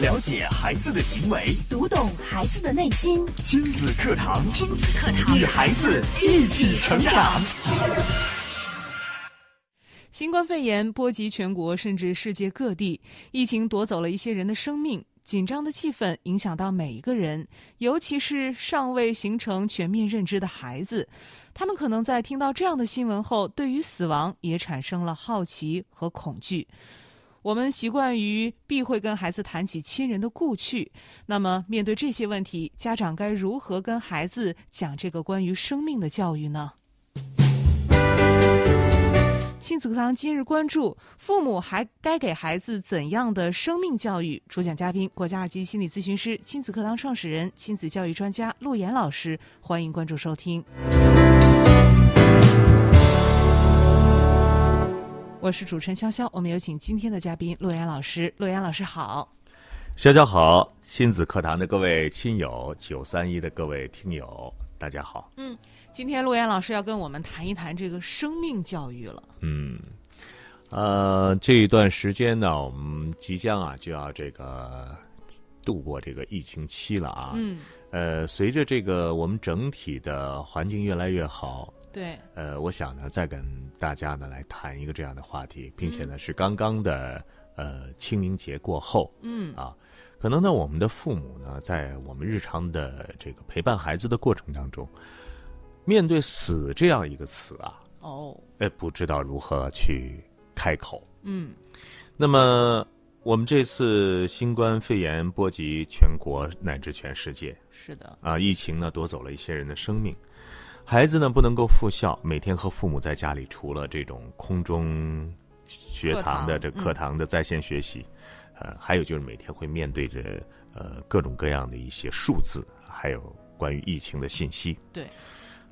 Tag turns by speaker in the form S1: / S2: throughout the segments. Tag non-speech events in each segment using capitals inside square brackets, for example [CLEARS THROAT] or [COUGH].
S1: 了解孩子的行为，
S2: 读懂孩子的内心。
S1: 亲子课堂，
S2: 亲子课堂
S1: 与孩子一起成长。
S3: 新冠肺炎波及全国甚至世界各地，疫情夺走了一些人的生命，紧张的气氛影响到每一个人，尤其是尚未形成全面认知的孩子，他们可能在听到这样的新闻后，对于死亡也产生了好奇和恐惧。我们习惯于避讳跟孩子谈起亲人的故去，那么面对这些问题，家长该如何跟孩子讲这个关于生命的教育呢？亲子课堂今日关注：父母还该给孩子怎样的生命教育？主讲嘉宾：国家二级心理咨询师、亲子课堂创始人、亲子教育专家陆岩老师。欢迎关注收听。我是主持人潇潇，我们有请今天的嘉宾陆岩老师。陆岩老师好。
S4: 小小好，亲子课堂的各位亲友，九三一的各位听友，大家好。
S3: 今天陆岩老师要跟我们谈一谈这个生命教育了。
S4: 嗯，呃，这一段时间呢，我们即将啊就要这个度过这个疫情期了啊。
S3: 嗯，
S4: 呃，随着这个我们整体的环境越来越好，
S3: 对，
S4: 呃，我想呢，再跟大家呢来谈一个这样的话题，并且呢是刚刚的呃清明节过后，
S3: 嗯
S4: 啊，可能呢我们的父母呢，在我们日常的这个陪伴孩子的过程当中，面对“死”这样一个词啊，
S3: 哦，
S4: 哎，不知道如何去开口。
S3: 嗯
S4: 那么我们这次新冠肺炎波及全国乃至全世界，
S3: 是的，
S4: 啊，疫情呢夺走了一些人的生命，孩子呢不能够复校，每天和父母在家里，除了这种空中学堂的
S3: 课堂
S4: 这
S3: 嗯
S4: 课堂的在线学习，呃，还有就是每天会面对着呃各种各样的一些数字，还有关于疫情的信息。
S3: 对，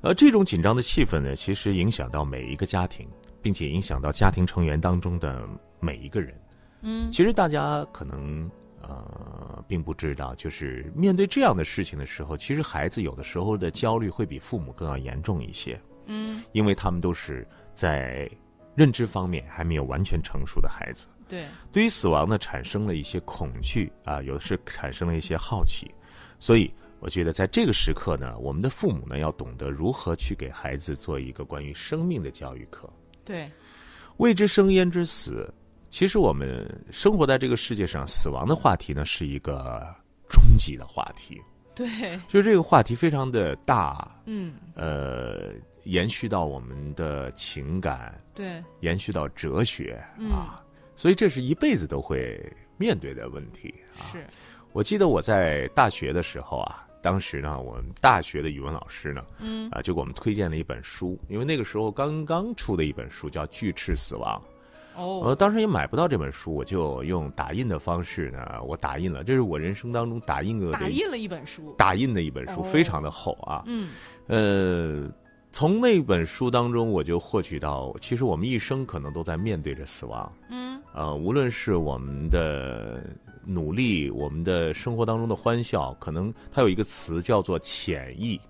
S4: 呃，这种紧张的气氛呢，其实影响到每一个家庭，并且影响到家庭成员当中的每一个人。
S3: 嗯
S4: 其实大家可能呃并不知道，就是面对这样的事情的时候，其实孩子有的时候的焦虑会比父母更要严重一些，
S3: 嗯，
S4: 因为他们都是在认知方面还没有完全成熟的孩子，
S3: 对，
S4: 对于死亡呢产生了一些恐惧啊，有的是产生了一些好奇，所以。我觉得在这个时刻呢，我们的父母呢要懂得如何去给孩子做一个关于生命的教育课。
S3: 对，
S4: 未知生焉知死？其实我们生活在这个世界上，死亡的话题呢是一个终极的话题，
S3: 对，
S4: 就是这个话题非常的大，
S3: 嗯，
S4: 呃，延续到我们的情感，
S3: 对，
S4: 延续到哲学
S3: 嗯
S4: 啊，所以这是一辈子都会面对的问题啊。
S3: 是，
S4: 我记得我在大学的时候啊，当时呢，我们大学的语文老师呢，
S3: 嗯，
S4: 啊，就给我们推荐了一本书，因为那个时候刚刚出的一本书叫《巨翅死亡》。
S3: 哦，
S4: 呃，当时也买不到这本书，我就用打印的方式呢，我打印了，这是我人生当中打印过的
S3: 打
S4: 一
S3: 印了一本书，
S4: 打印的一本书，
S3: 哦
S4: 非常的厚啊。
S3: 嗯，
S4: 呃，从那本书当中，我就获取到，其实我们一生可能都在面对着死亡。
S3: 嗯，
S4: 呃，无论是我们的努力，我们的生活当中的欢笑，可能它有一个词叫做潜意，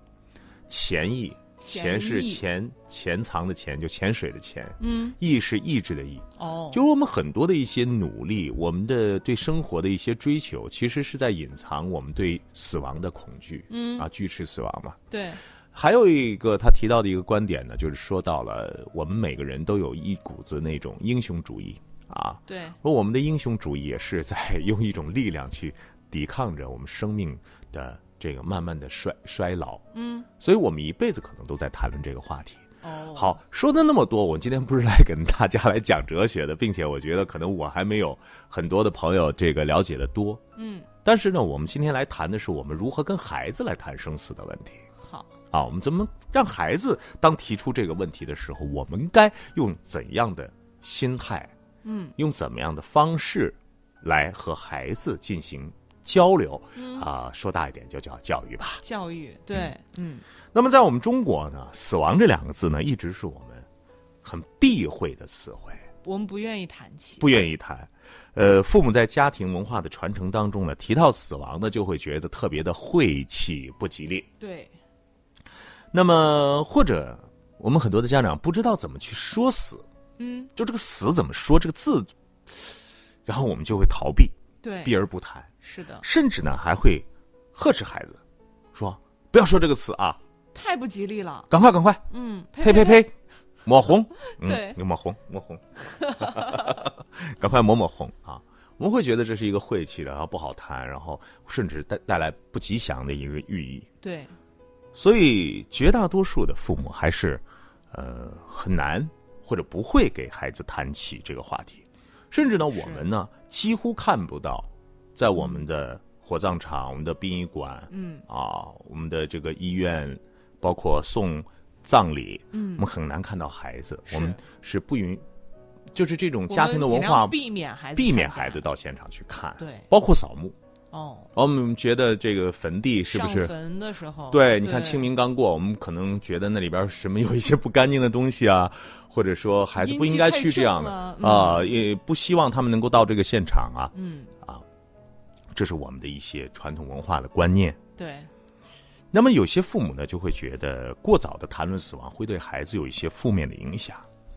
S4: 潜意，潜
S3: 潜
S4: 是
S3: 意
S4: 潜潜藏的潜，就潜水的潜，
S3: 嗯，
S4: 意是意志的意。
S3: 哦，
S4: 就是我们很多的一些努力，我们的对生活的一些追求，其实是在隐藏我们对死亡的恐惧。
S3: 嗯
S4: 啊，拒斥死亡嘛。
S3: 对，
S4: 还有一个他提到的一个观点呢，就是说到了我们每个人都有一股子那种英雄主义啊，
S3: 对，
S4: 而我们的英雄主义也是在用一种力量去抵抗着我们生命的这个慢慢的衰衰老。
S3: 嗯，
S4: 所以我们一辈子可能都在谈论这个话题。
S3: 哦，，
S4: 好，说的那么多，我今天不是来跟大家来讲哲学的，并且我觉得可能我还没有很多的朋友这个了解的多。
S3: 嗯，
S4: 但是呢，我们今天来谈的是我们如何跟孩子来谈生死的问题
S3: 好，
S4: 啊，我们怎么让孩子当提出这个问题的时候，我们该用怎样的心态，
S3: 嗯，
S4: 用怎么样的方式来和孩子进行交流啊？说大一点就叫教育吧。
S3: 教育，对，嗯，
S4: 那么在我们中国呢，死亡这两个字呢，一直是我们很避讳的词汇，
S3: 我们不愿意谈起，
S4: 不愿意谈。呃，父母在家庭文化的传承当中呢，提到死亡呢，就会觉得特别的晦气、不吉利。
S3: 对，
S4: 那么，或者我们很多的家长不知道怎么去说死，
S3: 嗯，
S4: 就这个“死”怎么说这个字，然后我们就会逃避。
S3: 对，
S4: 避而不谈，
S3: 是的，
S4: 甚至呢还会呵斥孩子，说不要说这个词啊，
S3: 太不吉利了。
S4: 赶快赶快，
S3: 嗯，
S4: 呸呸呸，抹红，嗯
S3: 对
S4: 抹红抹红， [LAUGHS] 赶快抹抹红啊！我们会觉得这是一个晦气的，然后不好谈，然后甚至带带来不吉祥的一个寓意。
S3: 对，
S4: 所以绝大多数的父母还是，呃，很难或者不会给孩子谈起这个话题，甚至呢，我们呢几乎看不到，在我们的火葬场、我们的殡仪馆，
S3: 嗯
S4: 啊，我们的这个医院，包括送葬礼，嗯，我们很难看到孩子，
S3: 是
S4: 我们是不允，就是这种
S3: 我
S4: 家庭的
S3: 们
S4: 文
S3: 尽量
S4: 化，
S3: 避免孩子
S4: 避免
S3: 参加
S4: 孩子到现场去看，
S3: 对
S4: 包括扫墓。
S3: 哦，
S4: 我们觉得这个坟地是不
S3: 上
S4: 是
S3: 坟的时候，
S4: 对，你看清明刚过，我们可能觉得那里边儿什么有一些不干净的东西啊，或者说孩子
S3: 阴
S4: 不应
S3: 气
S4: 该
S3: 太
S4: 去这
S3: 重
S4: 样的
S3: 了
S4: 啊、
S3: 嗯
S4: 也不希望他们能够到这个现场啊。
S3: 嗯，
S4: 这是我们的一些传统文化的观念。
S3: 对，
S4: 那么有些父母呢，就会觉得过早的谈论死亡会对孩子有一些负面的影响。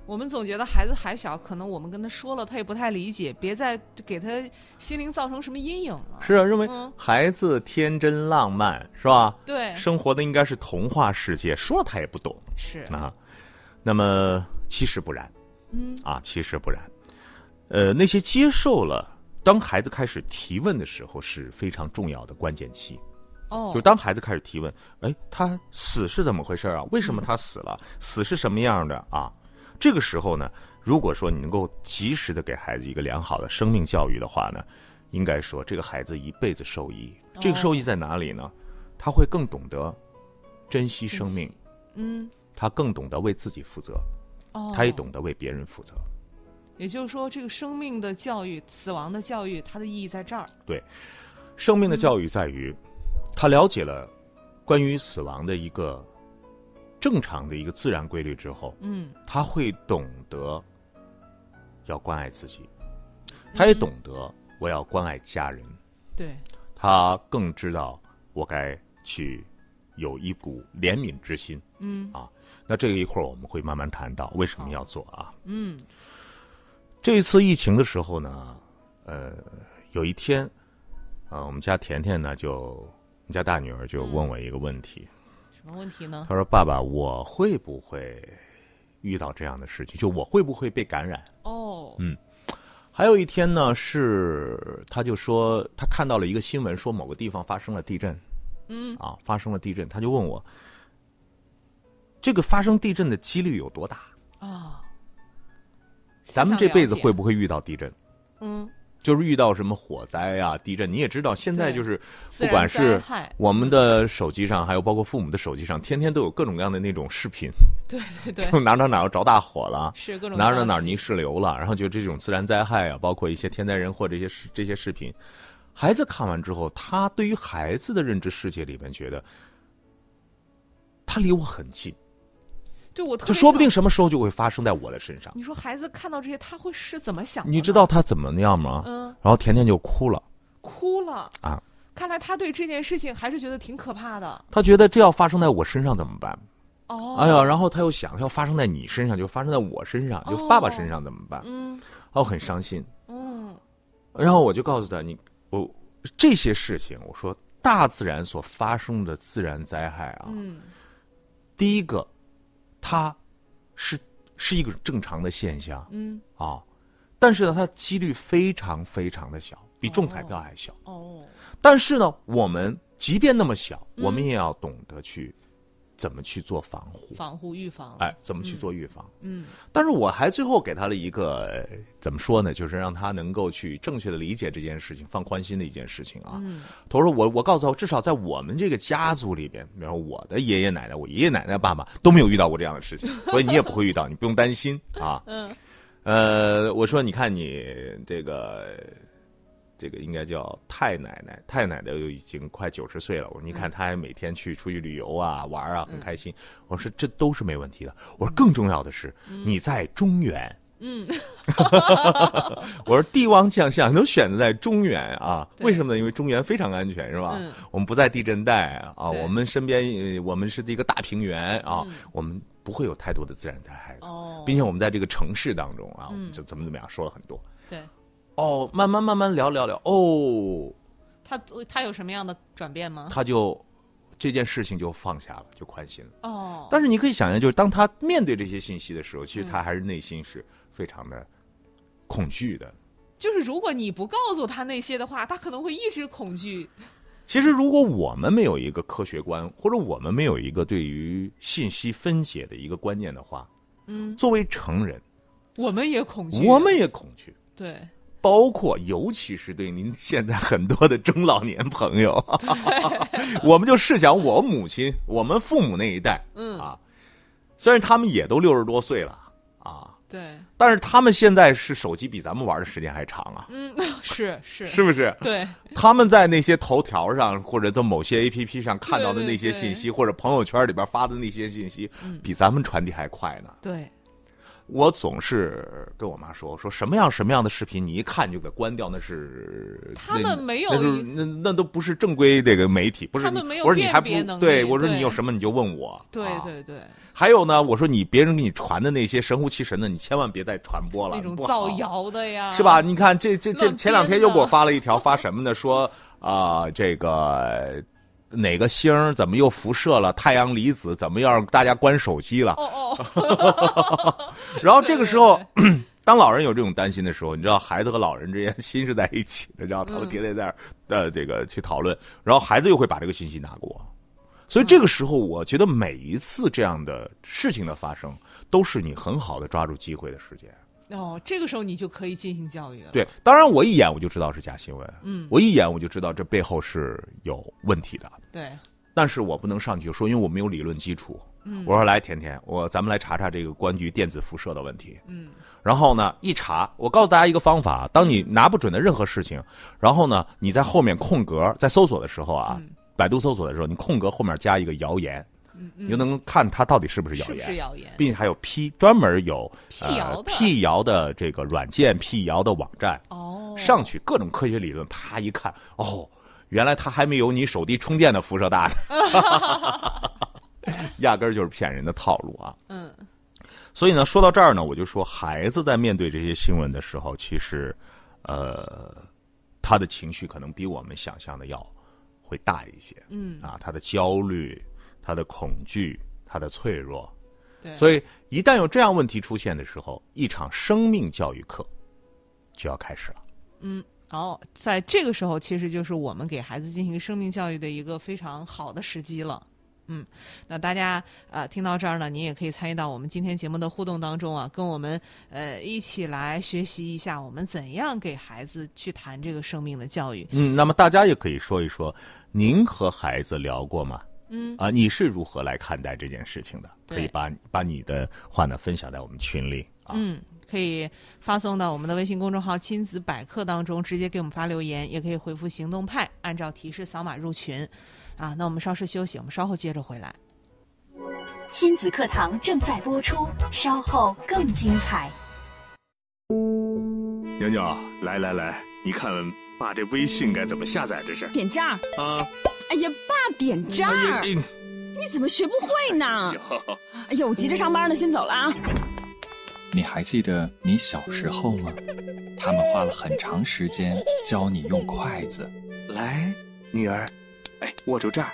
S3: 我们总觉得孩子还小，可能我们跟他说了，他也不太理解，别再给他心灵造成什么阴影了。
S4: 是啊，认为
S3: 嗯
S4: 孩子天真浪漫是吧？
S3: 对，
S4: 生活的应该是童话世界，说了他也不懂。
S3: 是，
S4: 啊。那么其实不然，
S3: 嗯
S4: 啊，其实不然。呃，那些接受了，当孩子开始提问的时候是非常重要的关键期。
S3: 哦，
S4: 就当孩子开始提问，哎，他死是怎么回事啊？为什么他死了？死是什么样的啊？这个时候呢，如果说你能够及时的给孩子一个良好的生命教育的话呢，应该说这个孩子一辈子受益。这个受益在哪里呢？他会更懂得珍惜生命，
S3: 嗯，
S4: 他更懂得为自己负责，
S3: 哦，
S4: 他也。懂得为别人负责。
S3: 也就是说，这个生命的教育、死亡的教育，它的意义在这儿。
S4: 生命的教育在于，他了解了关于死亡的一个正常的一个自然规律之后，
S3: 嗯，
S4: 他会懂得要关爱自己，他也懂得我要关爱家人，
S3: 对，
S4: 他更知道我该去有一股怜悯之心。
S3: 嗯
S4: 啊，那这个一会儿我们会慢慢谈到为什么要做啊。
S3: 嗯，
S4: 这一次疫情的时候呢，呃，有一天，啊，我们家甜甜呢就，我们家大女儿就问我一个问题，
S3: 什么问题呢？
S4: 她说：“爸爸，我会不会遇到这样的事情？就我会不会被感染
S3: 哦，
S4: 嗯还有一天呢，是他就说他看到了一个新闻，说某个地方发生了地震，
S3: 嗯，
S4: 啊，发生了地震，他就问我，这个发生地震的几率有多大？
S3: 啊，
S4: 咱们这辈子
S3: 想了解
S4: 会不会遇到地震？
S3: 嗯，
S4: 就是遇到什么火灾啊、地震，你也知道，现在
S3: 对
S4: 就是
S3: 自
S4: 不
S3: 然
S4: 管
S3: 灾
S4: 是
S3: 害
S4: 我们的手机上，还有包括父母的手机上，天天都有各种各样的那种视频，
S3: 对对
S4: 就
S3: 对，
S4: 哪哪哪儿着大火了，
S3: 是各种
S4: 哪儿哪
S3: 消
S4: 儿哪儿
S3: 息
S4: 泥石流了，然后就这种自然灾害啊，包括一些天灾人祸这些视这些视频，孩子看完之后，他对于孩子的认知世界里面觉得，他离我很近，
S3: 对我特
S4: 就
S3: 别
S4: 说不
S3: 想
S4: 定什么时候就会发生在我的身上。
S3: 你说孩子看到这些，他会是怎么想的呢？
S4: 你知道他怎么样吗？
S3: 嗯，
S4: 然后甜甜就哭了。
S3: 哭了
S4: 啊！
S3: 看来他对这件事情还是觉得挺可怕的。
S4: 他觉得这要发生在我身上怎么办？
S3: 哦，
S4: 哎呀，然后他又想要发生在你身上，就发生在我身上，就爸爸身上怎么办？
S3: 嗯
S4: 然后很伤心。
S3: 嗯，
S4: 然后我就告诉他，你我这些事情，我说大自然所发生的自然灾害啊，
S3: 嗯
S4: 第一个，它是是一个正常的现象
S3: 嗯，
S4: 啊，但是呢，它几率非常非常的小，比中彩票还小。
S3: 哦，
S4: 但是呢，我们即便那么小，
S3: 嗯
S4: 我们也要懂得去怎么去做防护，
S3: 防护预防，
S4: 哎，怎么去做预防。
S3: 嗯，
S4: 但是我还最后给他了一个呃怎么说呢，就是让他能够去正确的理解这件事情，放宽心的一件事情啊。
S3: 嗯
S4: 他说我我告诉他，至少在我们这个家族里边，比如说我的爷爷奶奶、我爷爷奶奶、爸爸都没有遇到过这样的事情，所以你也不会遇到，你不用担心啊。
S3: 嗯，
S4: 呃，我说你看你这个。这个应该叫太奶奶，太奶奶又已经快九十岁了。
S3: 嗯
S4: 我说你看，她还每天去出去旅游啊、玩啊，很开心。我说这都是没问题的。我说更重要的是，你在中原，
S3: 嗯，
S4: [LAUGHS] 我说帝王将相都选择在中原啊，
S3: 对
S4: 为什么呢？因为中原非常安全，是吧？
S3: 嗯
S4: 我们不在地震带啊，
S3: 对
S4: 我们身边呃我们是一个大平原啊，
S3: 嗯
S4: 我们不会有太多的自然灾害的，
S3: 哦，
S4: 并且我们在这个城市当中啊，
S3: 嗯
S4: 就怎么怎么样说了很多。
S3: 对，
S4: 哦，慢慢慢慢聊聊聊，哦，
S3: 他他有什么样的转变吗？
S4: 他就这件事情就放下了，就宽心了。
S3: 哦，
S4: 但是你可以想象，就是当他面对这些信息的时候，其实他还是内心是非常的恐惧的。
S3: 就是如果你不告诉他那些的话，他可能会一直恐惧。
S4: 其实，如果我们没有一个科学观，或者我们没有一个对于信息分解的一个观念的话，嗯，作为成人，
S3: 我们也恐惧，
S4: 我们也恐惧，
S3: 对
S4: 包括尤其是对您现在很多的中老年朋友， [LAUGHS] 我们就试想我母亲、我们父母那一代，
S3: 嗯
S4: 啊，虽然他们也都六十多岁了啊，
S3: 对，
S4: 但是他们现在是手机比咱们玩的时间还长啊，
S3: 嗯， [LAUGHS] 是是
S4: 是不是？
S3: 对，
S4: 他们在那些头条上或者在某些 A P P 上看到的那些信息，或者朋友圈里边发的那些信息，
S3: 嗯
S4: 比咱们传递还快呢。
S3: 对，
S4: 我总是跟我妈说，说什么样什么样的视频，你一看就给关掉，那是
S3: 他们
S4: 那
S3: 没有
S4: 那是那那都不是正规这个媒体，不是
S3: 他
S4: 你
S3: 们没有
S4: 我说你还
S3: 辨别
S4: 不
S3: 能
S4: 对，
S3: 力
S4: 我说你
S3: 对
S4: 有什么你就问我，
S3: 对
S4: 啊
S3: 对对，
S4: 还有呢，我说你别人给你传的那些神乎其神的，你千万别再传播了，
S3: 那种
S4: 不好
S3: 造谣的呀，
S4: 是吧？？你看这这这
S3: 乱编的
S4: 前两天又给我发了一条，发什么呢？说啊、这个哪个星儿怎么又辐射了太阳离子？怎么要让大家关手机了？
S3: 哦哦，
S4: [LAUGHS] 然后这个时候，当老人有这种担心的时候，你知道孩子和老人之间心是在一起的，然后他们叠在那儿呃这个去讨论，然后孩子又会把这个信息拿给我。所以这个时候，我觉得每一次这样的事情的发生，都是你很好的抓住机会的时间。
S3: 哦，这个时候你就可以进行教育了。
S4: 嗯对，当然我一眼我就知道是假新闻，嗯，我一眼我就知道这背后是有问题的，
S3: 对
S4: 但是我不能上去就说，因为我没有理论基础。嗯，我说来，甜甜，我咱们来查查这个关于电子辐射的问题。嗯，然后呢，一查，我告诉大家一个方法：当你拿不准的任何事情，然后呢，你在后面空格在搜索的时候啊，百度搜索的时候，你空格后面加一个谣言，你就能看它到底是不嗯是谣
S3: 是不
S4: 言。
S3: 是谣言？
S4: 并且还有辟专门有
S3: 辟谣
S4: 呃、
S3: 的
S4: 辟谣的这个软件、辟谣的网站，
S3: 哦，
S4: 上去各种科学理论，啪一看，哦，原来它还没有你手机充电的辐射大呢， [LAUGHS] 压根儿就是骗人的套路啊。
S3: 嗯，
S4: 所以呢，说到这儿呢，我就说，孩子在面对这些新闻的时候，其实，呃，他的情绪可能比我们想象的要会大一些。嗯，啊，他的焦虑、他的恐惧、他的脆弱，
S3: 对，
S4: 所以一旦有这样问题出现的时候，一场生命教育课就要开始了。
S3: 哦，在这个时候，其实就是我们给孩子进行生命教育的一个非常好的时机了。嗯，那大家呃听到这儿呢，您也可以参与到我们今天节目的互动当中啊，跟我们呃一起来学习一下我们怎样给孩子去谈这个生命的教育。
S4: 嗯，那么大家也可以说一说，您和孩子聊过吗？嗯啊，你是如何来看待这件事情的？可
S3: 对
S4: 以把把你的话呢分享在我们群里啊。
S3: 嗯，可以发送到我们的微信公众号“亲子百科”当中，直接给我们发留言，也可以回复“行动派”，按照提示扫码入群。啊，那我们稍事休息，我们稍后接着回来。
S2: 亲子课堂正在播出，稍后更精彩。
S1: 牛牛，来来来，你看爸这微信该怎么下载？这是
S5: 点这儿，
S1: 啊，
S5: 哎呀，爸点这儿，
S1: 哎
S5: 你怎么学不会呢
S1: 哎？呦
S5: 哎呀，我急着上班呢，先走了啊。
S6: 你还记得你小时候吗？他们花了很长时间教你用筷子。
S1: 来，女儿，哎，握住这儿。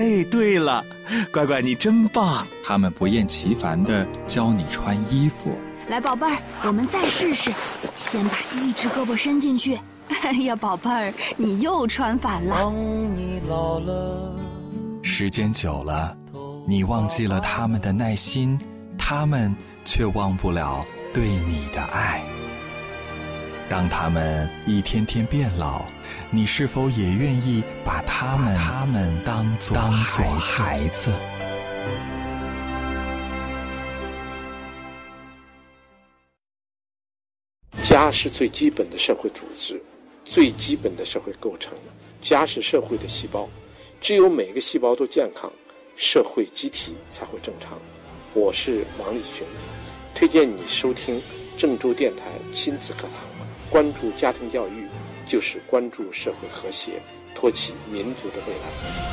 S1: 哎，对了，乖乖，你真棒。
S6: 他们不厌其烦地教你穿衣服，
S2: 来，宝贝儿，我们再试试。先把一只胳膊伸进去。 [LAUGHS] 哎呀，宝贝儿，你又穿反了。
S7: 当你老了，
S6: 时间久了，你忘记了他们的耐心，他们却忘不了对你的爱。当他们一天天变老，你是否也愿意把他们他们当做当做孩子？
S8: 家是最基本的社会组织，最基本的社会构成。家是社会的细胞，只有每个细胞都健康，社会机体才会正常。我是王立群，推荐你收听郑州电台亲子课堂，关注家庭教育，就是关注社会和谐，托起民族的未来。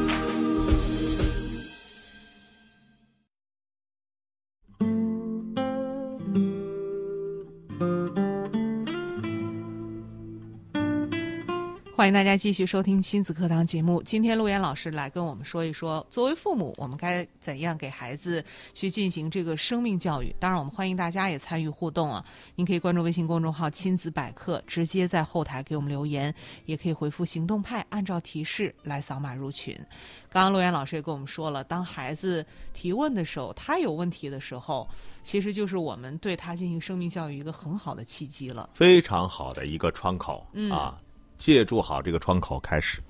S3: 欢迎大家继续收听亲子课堂节目。今天陆岩老师来跟我们说一说，作为父母，我们该怎样给孩子去进行这个生命教育。当然，我们欢迎大家也参与互动啊！您可以关注微信公众号“亲子百科”，直接在后台给我们留言，也可以回复“行动派”，按照提示来扫码入群。刚刚陆岩老师也跟我们说了，当孩子提问的时候，他有问题的时候，其实就是我们对他进行生命教育一个很好的契机了。
S4: 非常好的一个窗口、
S3: 嗯
S4: 啊，借助好这个窗口开始。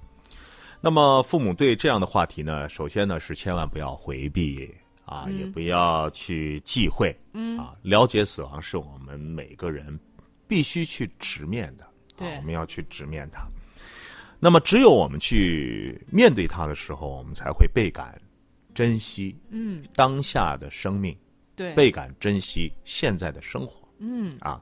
S4: 那么，父母对这样的话题呢，首先呢是千万不要回避啊，
S3: 嗯
S4: 也不要去忌讳，嗯啊，了解死亡是我们每个人必须去直面的，
S3: 对
S4: 啊，我们要去直面它。那么，只有我们去面对它的时候，我们才会倍感珍惜
S3: 嗯，
S4: 当下的生命，
S3: 对，
S4: 倍感珍惜现在的生活。啊
S3: 嗯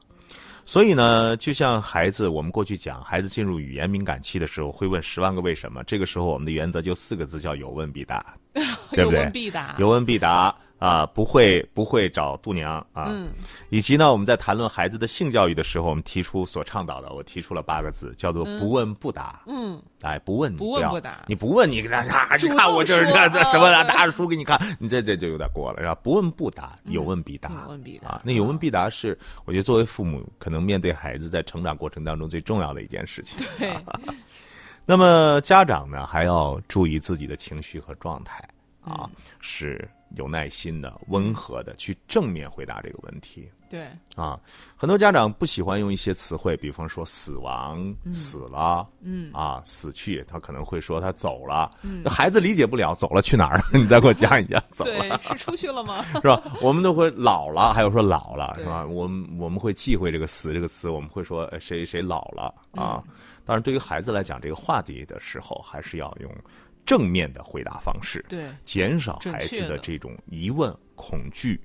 S4: 所以呢，就像孩子，我们过去讲，孩子进入语言敏感期的时候，会问十万个为什么。这个时候，我们的原则就四个字，叫有问必答，对不
S3: 有
S4: 对？
S3: 问必答，
S4: 有问必答啊，不会不会找度娘啊。
S3: 嗯
S4: 以及呢，我们在谈论孩子的性教育的时候，我们提出所倡导的，我提出了八个字，叫做不问不答。
S3: 嗯，
S4: 哎，不问你
S3: 不问
S4: 要
S3: 不答啊
S4: 你不问你那啥，
S3: 主
S4: 你
S3: 动
S4: 看我这儿
S3: 说
S4: 那这什么
S3: 啊
S4: 的，大叔给你看，你这这就有点过了，是吧？不问不答，有问必答，
S3: 嗯有问必答
S4: 啊。那有问必答是，我觉得作为父母，可能面对孩子在成长过程当中最重要的一件事情。
S3: 对，
S4: 那么家长呢，还要注意自己的情绪和状态啊，
S3: 嗯
S4: 是有耐心的、温和的去正面回答这个问题。
S3: 对，
S4: 啊，很多家长不喜欢用一些词汇，比方说死亡、死了，嗯啊，死去，他可能会说他走了，嗯，孩子理解不了走了去哪儿了， [LAUGHS] 你再给我讲一讲走了
S3: 对，是出去了
S4: [LAUGHS]
S3: 吗？
S4: 是吧？我们都会老了，还有说老了
S3: 对
S4: 是吧？我们我们会忌讳这个死这个词，我们会说呃谁谁老了啊。
S3: 嗯
S4: 当然，对于孩子来讲，这个话题的时候，还是要用正面的回答方式，
S3: 对，
S4: 减少
S3: 准
S4: 孩
S3: 确
S4: 子
S3: 的
S4: 的这种疑问、恐惧。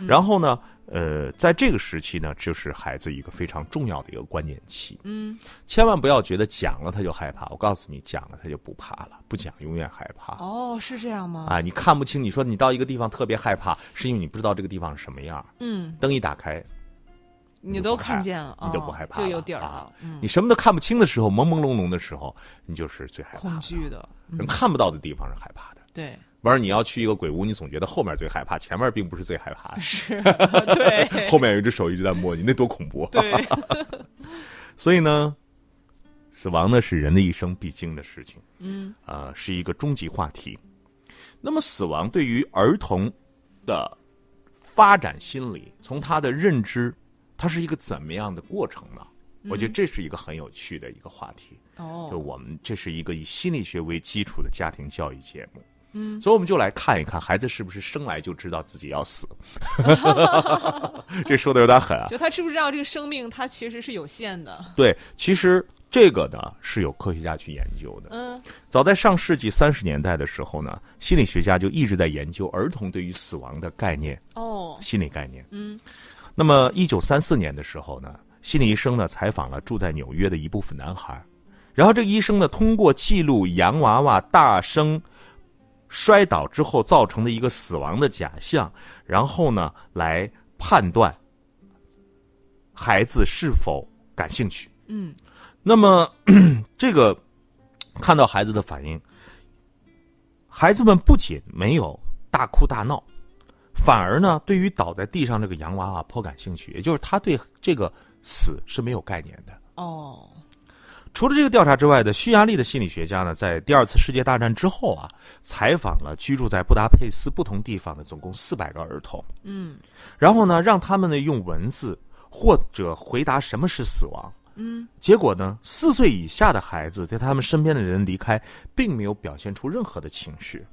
S3: 嗯
S4: 然后呢，呃，在这个时期呢，就是孩子一个非常重要的一个关键期。
S3: 嗯，
S4: 千万不要觉得讲了他就害怕。我告诉你，讲了他就不怕了，不讲永远害怕。
S3: 哦，是这样吗？
S4: 啊，你看不清，你说你到一个地方特别害怕，是因为你不知道这个地方是什么样儿。
S3: 嗯，
S4: 灯一打开，
S3: 你
S4: 就
S3: 都
S4: 不害
S3: 看见了，
S4: 你就
S3: 哦
S4: 不害怕了，
S3: 就有底儿
S4: 啊
S3: 了，嗯，
S4: 你什么都看不清的时候，朦朦胧胧的时候，你就是最害怕
S3: 恐
S4: 的。
S3: 惧的，嗯
S4: 人看不到的地方是害怕的。
S3: 对，
S4: 完了，你要去一个鬼屋，你总觉得后面最害怕，前面并不是最害怕的。
S3: 是， [LAUGHS] 对，
S4: [LAUGHS] 后面有一只手一直在摸你，那多恐怖！啊
S3: 对，
S4: 所以呢，死亡呢是人的一生必经的事情，
S3: 嗯，
S4: 啊、是一个终极话题。那么，死亡对于儿童的发展心理，从他的认知，它是一个怎么样的过程呢？我觉得这是一个很有趣的一个话题。就
S3: [LAUGHS] 嗯哦，
S4: 我们这是一个以心理学为基础的家庭教育节目。嗯，所以我们就来看一看孩子是不是生来就知道自己要死， [LAUGHS] 这说的有点狠啊。
S3: 就他知不知道这个生命它其实是有限的？
S4: 对，其实这个呢是有科学家去研究的。
S3: 嗯，
S4: 早在上世纪三十年代的时候呢，心理学家就一直在研究儿童对于死亡的概念、
S3: 哦，
S4: 心理概念。
S3: 嗯，
S4: 那么一九三四年的时候呢，心理医生呢采访了住在纽约的一部分男孩儿，然后这个医生呢通过记录洋娃娃大声摔倒之后造成的一个死亡的假象，然后呢来判断孩子是否感兴趣。
S3: 嗯，
S4: 那么 [CLEARS THROAT] 这个看到孩子的反应，孩子们不仅没有大哭大闹，反而呢对于倒在地上这个洋娃娃颇感兴趣，也就是他对这个死是没有概念的。
S3: 哦，
S4: 除了这个调查之外的匈牙利的心理学家呢，在第二次世界大战之后啊，采访了居住在布达佩斯不同地方的总共四百个儿童，
S3: 嗯，
S4: 然后呢，让他们呢用文字或者回答什么是死亡，
S3: 嗯，
S4: 结果呢，四岁以下的孩子在他们身边的人离开，并没有表现出任何的情绪，
S3: 哦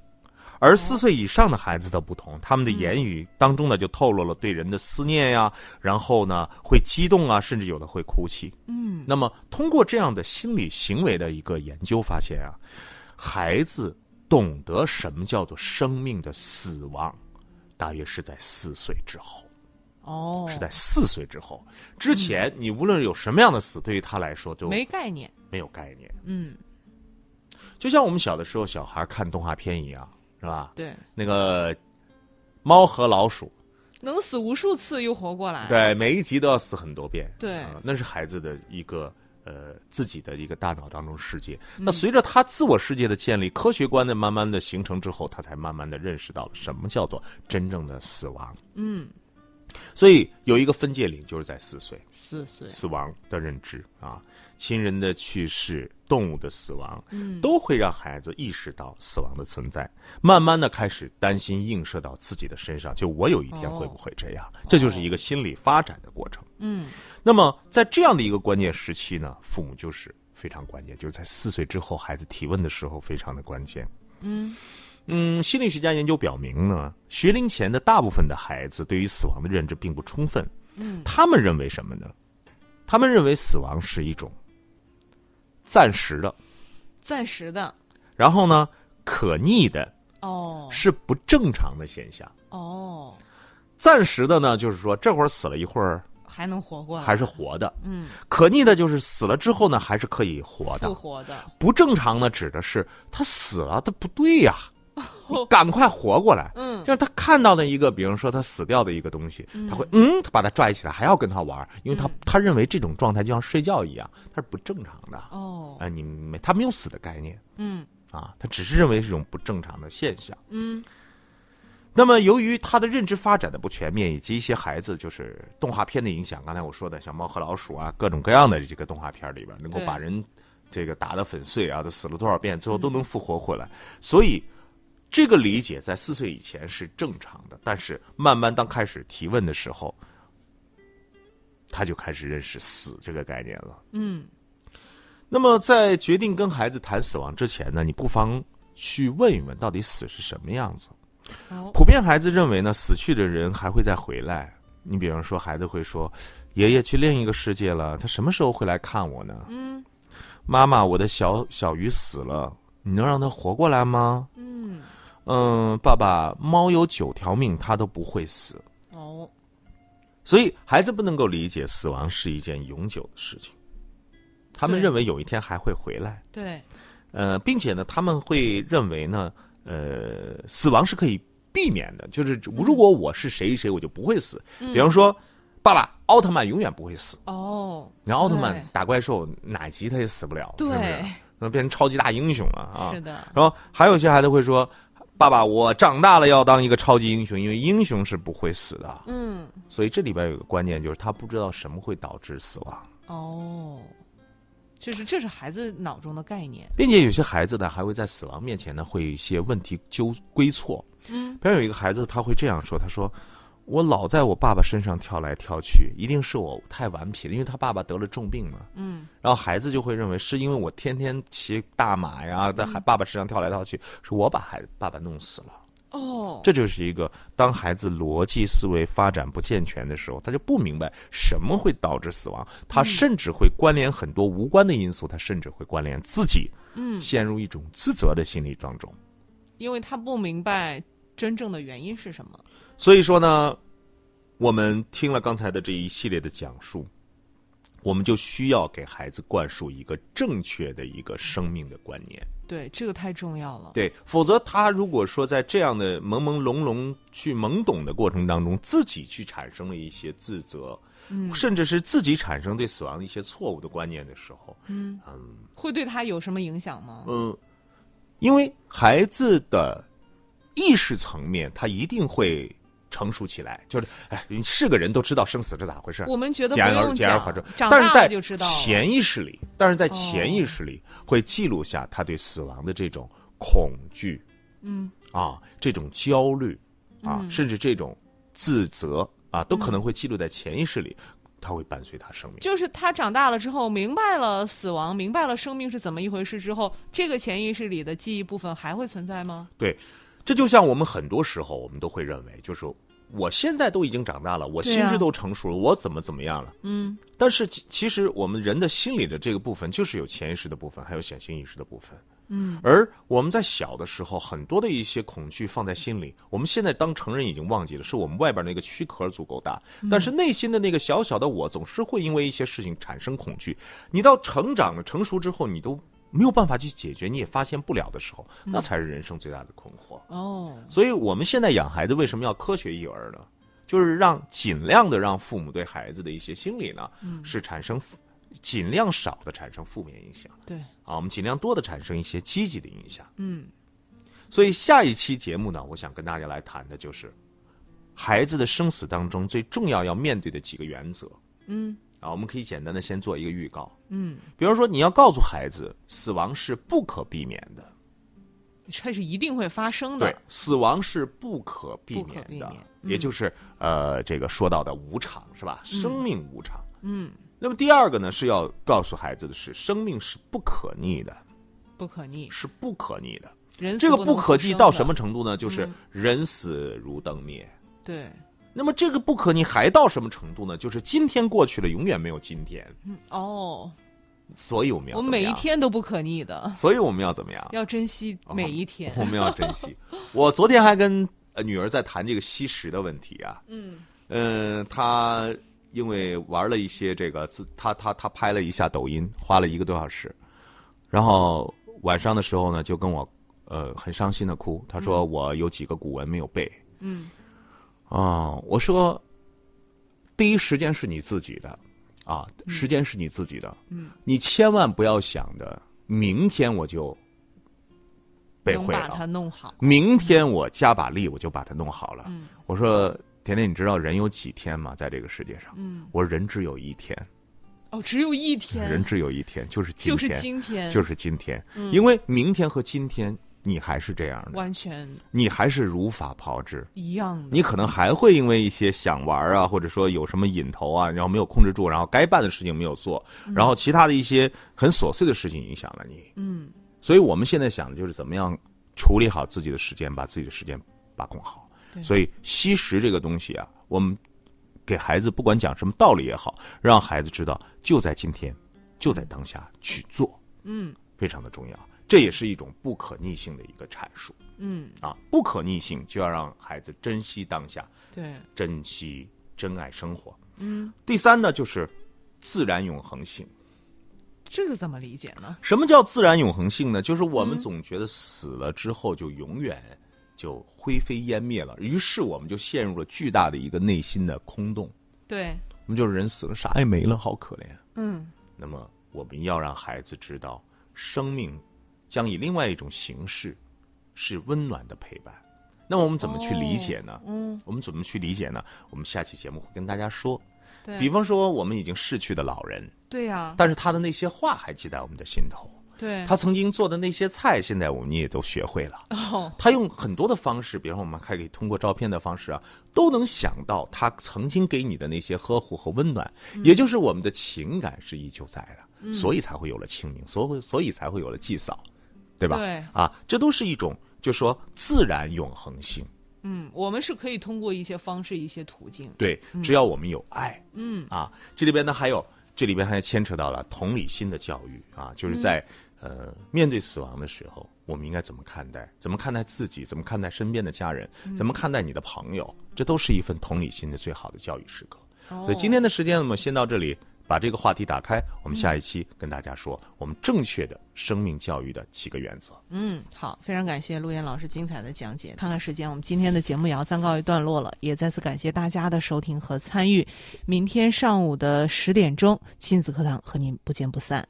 S4: 而四岁以上的孩子的不同，他们的言语当中呢，就透露了对人的思念呀，然后呢，会激动啊，甚至有的会哭泣。嗯，那么通过这样的心理行为的一个研究发现啊，孩子懂得什么叫做生命的死亡，大约是在四岁之后。
S3: 哦，
S4: 是在四岁之后，之前你无论有什么样的死，对于他来说就
S3: 没概念。
S4: 没有概念。
S3: 嗯，
S4: 就像我们小的时候，小孩看动画片一样，是吧？
S3: 对，
S4: 那个猫和老鼠，
S3: 能死无数次又活过来。，
S4: 对，每一集都要死很多遍。
S3: 对
S4: 啊那是孩子的一个呃自己的一个大脑当中世界。
S3: 嗯
S4: 那随着他自我世界的建立，科学观的慢慢的形成之后，他才慢慢的认识到了什么叫做真正的死亡。
S3: 嗯，
S4: 所以有一个分界岭，就是在四岁。
S3: 四岁。
S4: 死亡的认知啊，亲人的去世、动物的死亡，
S3: 嗯
S4: 都会让孩子意识到死亡的存在，慢慢的开始担心映射到自己的身上，就我有一天
S3: 哦
S4: 会不会这样？这就是一个心理发展的过程。
S3: 嗯，
S4: 那么在这样的一个关键时期呢，父母就是非常关键，就是在四岁之后，孩子提问的时候非常的关键。嗯，心理学家研究表明呢，学龄前的大部分的孩子对于死亡的认知并不充分。嗯，他们认为什么呢？他们认为死亡是一种暂时的，
S3: 暂时的。
S4: 然后呢，可逆的，
S3: 哦
S4: 是不正常的现象。
S3: 哦，
S4: 暂时的呢，就是说这会儿死了一会儿
S3: 还能活过来，
S4: 还是活的；
S3: 嗯
S4: 可逆的，就是死了之后呢还是可以活的
S3: 复。活的。
S4: 不正常呢，指的是他死了，他不对呀、你赶快活过来。
S3: 哦嗯
S4: 就是他看到的一个，比如说他死掉的一个东西，他会嗯，他把他拽起来，还要跟他玩儿，因为
S3: 嗯
S4: 他、他认为这种状态就像睡觉一样，他是不正常的。啊、
S3: 哦，
S4: 你没他没有死的概念
S3: 嗯
S4: 啊，他只是认为是一种不正常的现象。
S3: 嗯
S4: 那么，由于他的认知发展的不全面，以及一些孩子就是动画片的影响，刚才我说的像《猫和老鼠》啊，各种各样的这个动画片里边，能够
S3: 对
S4: 把人这个打得粉碎啊，都死了多少遍，最后都
S3: 嗯
S4: 能复活回来。所以，这个理解在四岁以前是正常的，但是慢慢当开始提问的时候，他就开始认识死这个概念了。
S3: 嗯，
S4: 那么，在决定跟孩子谈死亡之前呢，你不妨去问一问，到底死是什么样子。
S3: 哦
S4: 普遍孩子认为呢，死去的人还会再回来。你比方说，孩子会说：“爷爷去另一个世界了，他什么时候会来看我呢？”
S3: 嗯
S4: 妈妈，我的小小鱼死了，你能让它活过来吗？
S3: 嗯
S4: 嗯，爸爸，猫有九条命，它都不会死。
S3: 哦
S4: 所以孩子不能够理解死亡是一件永久的事情，他们
S3: 对
S4: 认为有一天还会回来。
S3: 对
S4: 呃，并且呢，他们会认为呢，呃，死亡是可以避免的，就是
S3: 嗯
S4: 如果我是谁谁，我就不会死。比方说，爸爸奥特曼永远不会死，
S3: 哦
S4: 然后奥特曼
S3: 对
S4: 打怪兽哪集他也死不了，是不是
S3: 对？
S4: 那变成超级大英雄了啊！
S3: 是的
S4: 然后还有一些孩子会说。爸爸，我长大了要当一个超级英雄，因为英雄是不会死的。
S3: 嗯
S4: 所以这里边有个观念，就是他不知道什么会导致死亡。
S3: 哦，就是这是孩子脑中的概念。
S4: 并且有些孩子呢，还会在死亡面前呢，会有一些问题纠归错。嗯，比如有一个孩子，他会这样说：“他说，我老在我爸爸身上跳来跳去，一定是我太顽皮了，因为他爸爸得了重病嘛。”
S3: 嗯，
S4: 然后孩子就会认为是因为我天天骑大马呀，在孩爸爸身上跳来跳去，是我把孩爸爸弄死了。
S3: 哦，
S4: 这就是一个当孩子逻辑思维发展不健全的时候，他就不明白什么会导致死亡，他甚至会关联很多无关的因素，他甚至会关联自己，嗯，陷入一种自责的心理当中。
S3: 因为他不明白真正的原因是什么。
S4: 所以说呢，我们听了刚才的这一系列的讲述，我们就需要给孩子灌输一个正确的一个生命的观念。
S3: 对，这个太重要了。
S4: 对，否则他如果说在这样的朦朦胧胧去懵懂的过程当中，自己去产生了一些自责，甚至是自己产生对死亡的一些错误的观念的时候，
S3: 会对他有什么影响吗？
S4: 嗯，因为孩子的意识层面，他一定会成熟起来，就是哎，你是个人都知道生死是咋回事儿，
S3: 我们觉得
S4: 简
S3: 不
S4: 而
S3: 用
S4: 简而
S3: 讲
S4: 化之，
S3: 长
S4: 但是
S3: 大了
S4: 在
S3: 就知道了
S4: 潜意识里，但是在潜意识里会记录下他对死亡的这种恐惧，嗯，啊，这种
S3: 嗯
S4: 焦虑，啊，甚至这种自责啊，都可能会记录在潜意识里。它会伴随他生命。
S3: 就是他长大了之后，明白了死亡，明白了生命是怎么一回事之后，这个潜意识里的记忆部分还会存在吗？
S4: 对，这就像我们很多时候，我们都会认为，就是我现在都已经长大了，我
S3: 对啊
S4: 心智都成熟了，我怎么怎么样了？
S3: 嗯，
S4: 但是其其实我们人的心理的这个部分，就是有潜意识的部分，还有显性意识的部分。嗯，而我们在小的时候，很多的一些恐惧放在心里，我们现在当成人已经忘记了，是我们外边那个躯壳足够大，
S3: 嗯
S4: 但是内心的那个小小的我，总是会因为一些事情产生恐惧。你到成长了、成熟之后，你都没有办法去解决，你也发现不了的时候，
S3: 嗯
S4: 那才是人生最大的困惑。
S3: 哦，
S4: 所以我们现在养孩子为什么要科学育儿呢？就是让尽量的让父母对孩子的一些心理呢，
S3: 嗯
S4: 是产生负尽量少的产生负面影响
S3: 对，
S4: 啊，我们尽量多的产生一些积极的影响。
S3: 嗯，
S4: 所以下一期节目呢，我想跟大家来谈的就是孩子的生死当中最重要要面对的几个原则。
S3: 嗯
S4: 啊，我们可以简单的先做一个预告，
S3: 嗯，
S4: 比如说你要告诉孩子，死亡是不可避免的，
S3: 这是一定会发生的。，
S4: 死亡是不可避免
S3: 不可
S4: 的，
S3: 避免嗯
S4: 也就是呃，这个说到的无常是吧？生命无常。
S3: 嗯，
S4: 那么第二个呢，是要告诉孩子的是，生命是不可逆的，
S3: 不可逆，
S4: 是不可逆的。
S3: 人
S4: 这个不
S3: 死能
S4: 可
S3: 复
S4: 逆
S3: 嗯生
S4: 到
S3: 的
S4: 什么？程度呢？就是
S3: 嗯
S4: 人死如灯灭。
S3: 对，
S4: 那么这个不可逆还到什么程度呢？就是今天过去了，永远没有今天。
S3: 嗯哦，
S4: 所以我们要
S3: 我
S4: 怎么
S3: 每一
S4: 样，哦
S3: 天都不可逆
S4: [LAUGHS]
S3: 的，
S4: 所以我们要怎么样？
S3: 要珍惜每一天。
S4: 我们要珍惜。我昨天还跟呃女儿在谈这个吸食的问题啊。
S3: 嗯
S4: 嗯，她因为玩了一些这个，自她她她拍了一下抖音，花了一个多小时，然后晚上的时候呢，就跟我呃很伤心的哭，她说我有几个古文没有背
S3: 嗯
S4: 啊、我说第一时间是你自己的啊，时间是你自己的，
S3: 嗯，
S4: 你千万不要想着明天我就背
S3: 能
S4: 会
S3: 把
S4: 了
S3: 它，弄好。
S4: 明天我加把力，我就把它弄好了。
S3: 嗯
S4: 我说，甜甜，你知道人有几天吗？在这个世界上，
S3: 嗯，
S4: 我说人只有一天，
S3: 哦，只有一天，
S4: 人只有一天，就是今
S3: 就是
S4: 天，
S3: 今天，嗯
S4: 就是今天因为明天和今天，你还是这样的，
S3: 完全
S4: 你还是如法炮制。
S3: 一样的。
S4: 你可能还会因为一些想玩啊，或者说有什么瘾头啊，然后没有控制住，然后该办的事情没有做，然后其他的一些很琐碎的事情影响了你。
S3: 嗯，
S4: 所以我们现在想的就是怎么样处理好自己的时间，把自己的时间把控好。
S3: 对
S4: 所以吸食这个东西啊，我们给孩子不管讲什么道理也好，让孩子知道就在今天，就在当下去做，
S3: 嗯
S4: 非常的重要。这也是一种不可逆性的一个阐述
S3: 嗯，
S4: 啊，不可逆性就要让孩子珍惜当下，
S3: 对，
S4: 珍惜珍爱生活。嗯，第三呢就是自然永恒性。
S3: 这个怎么理解呢？
S4: 什么叫自然永恒性呢？就是我们总觉得死了之后就永远就灰飞烟灭了，于是我们就陷入了巨大的一个内心的空洞。
S3: 对，
S4: 我们就是人死了啥也没了，好可怜。啊
S3: 嗯
S4: 那么我们要让孩子知道，生命将以另外一种形式，是温暖的陪伴。那么我们怎么去理解呢？
S3: 嗯，
S4: 我们怎么去理解呢？我们下期节目会跟大家说。
S3: 对，
S4: 比方说，我们已经逝去的老人，
S3: 对呀，
S4: 但是他的那些话还记在我们的心头。
S3: 对，
S4: 他曾经做的那些菜，现在我们也都学会了。
S3: 哎哦，
S4: 他用很多的方式，比如说我们还可以通过照片的方式啊，都能想到他曾经给你的那些呵护和温暖，
S3: 嗯
S4: 也就是我们的情感是依旧在的，所以才会有了清明，所以所以才会有了祭扫，对吧？
S3: 对
S4: 啊，这都是一种就说自然永恒性。
S3: 嗯，我们是可以通过一些方式、一些途径，
S4: 对，只要我们有爱，
S3: 嗯
S4: 啊，这里边呢还有，这里边还牵扯到了同理心的教育啊，就是在、呃面对死亡的时候，我们应该怎么看待？怎么看待自己？怎么看待身边的家人？怎么看待你的朋友？这都是一份同理心的最好的教育时刻。所以今天的时间我们先到这里，把这个话题打开，我们下一期跟大家说我们正确的生命教育的几个原则。
S3: 嗯，好，非常感谢陆岩老师精彩的讲解。看看时间，我们今天的节目也要暂告一段落了，也再次感谢大家的收听和参与。明天上午的十点钟，亲子课堂和您不见不散。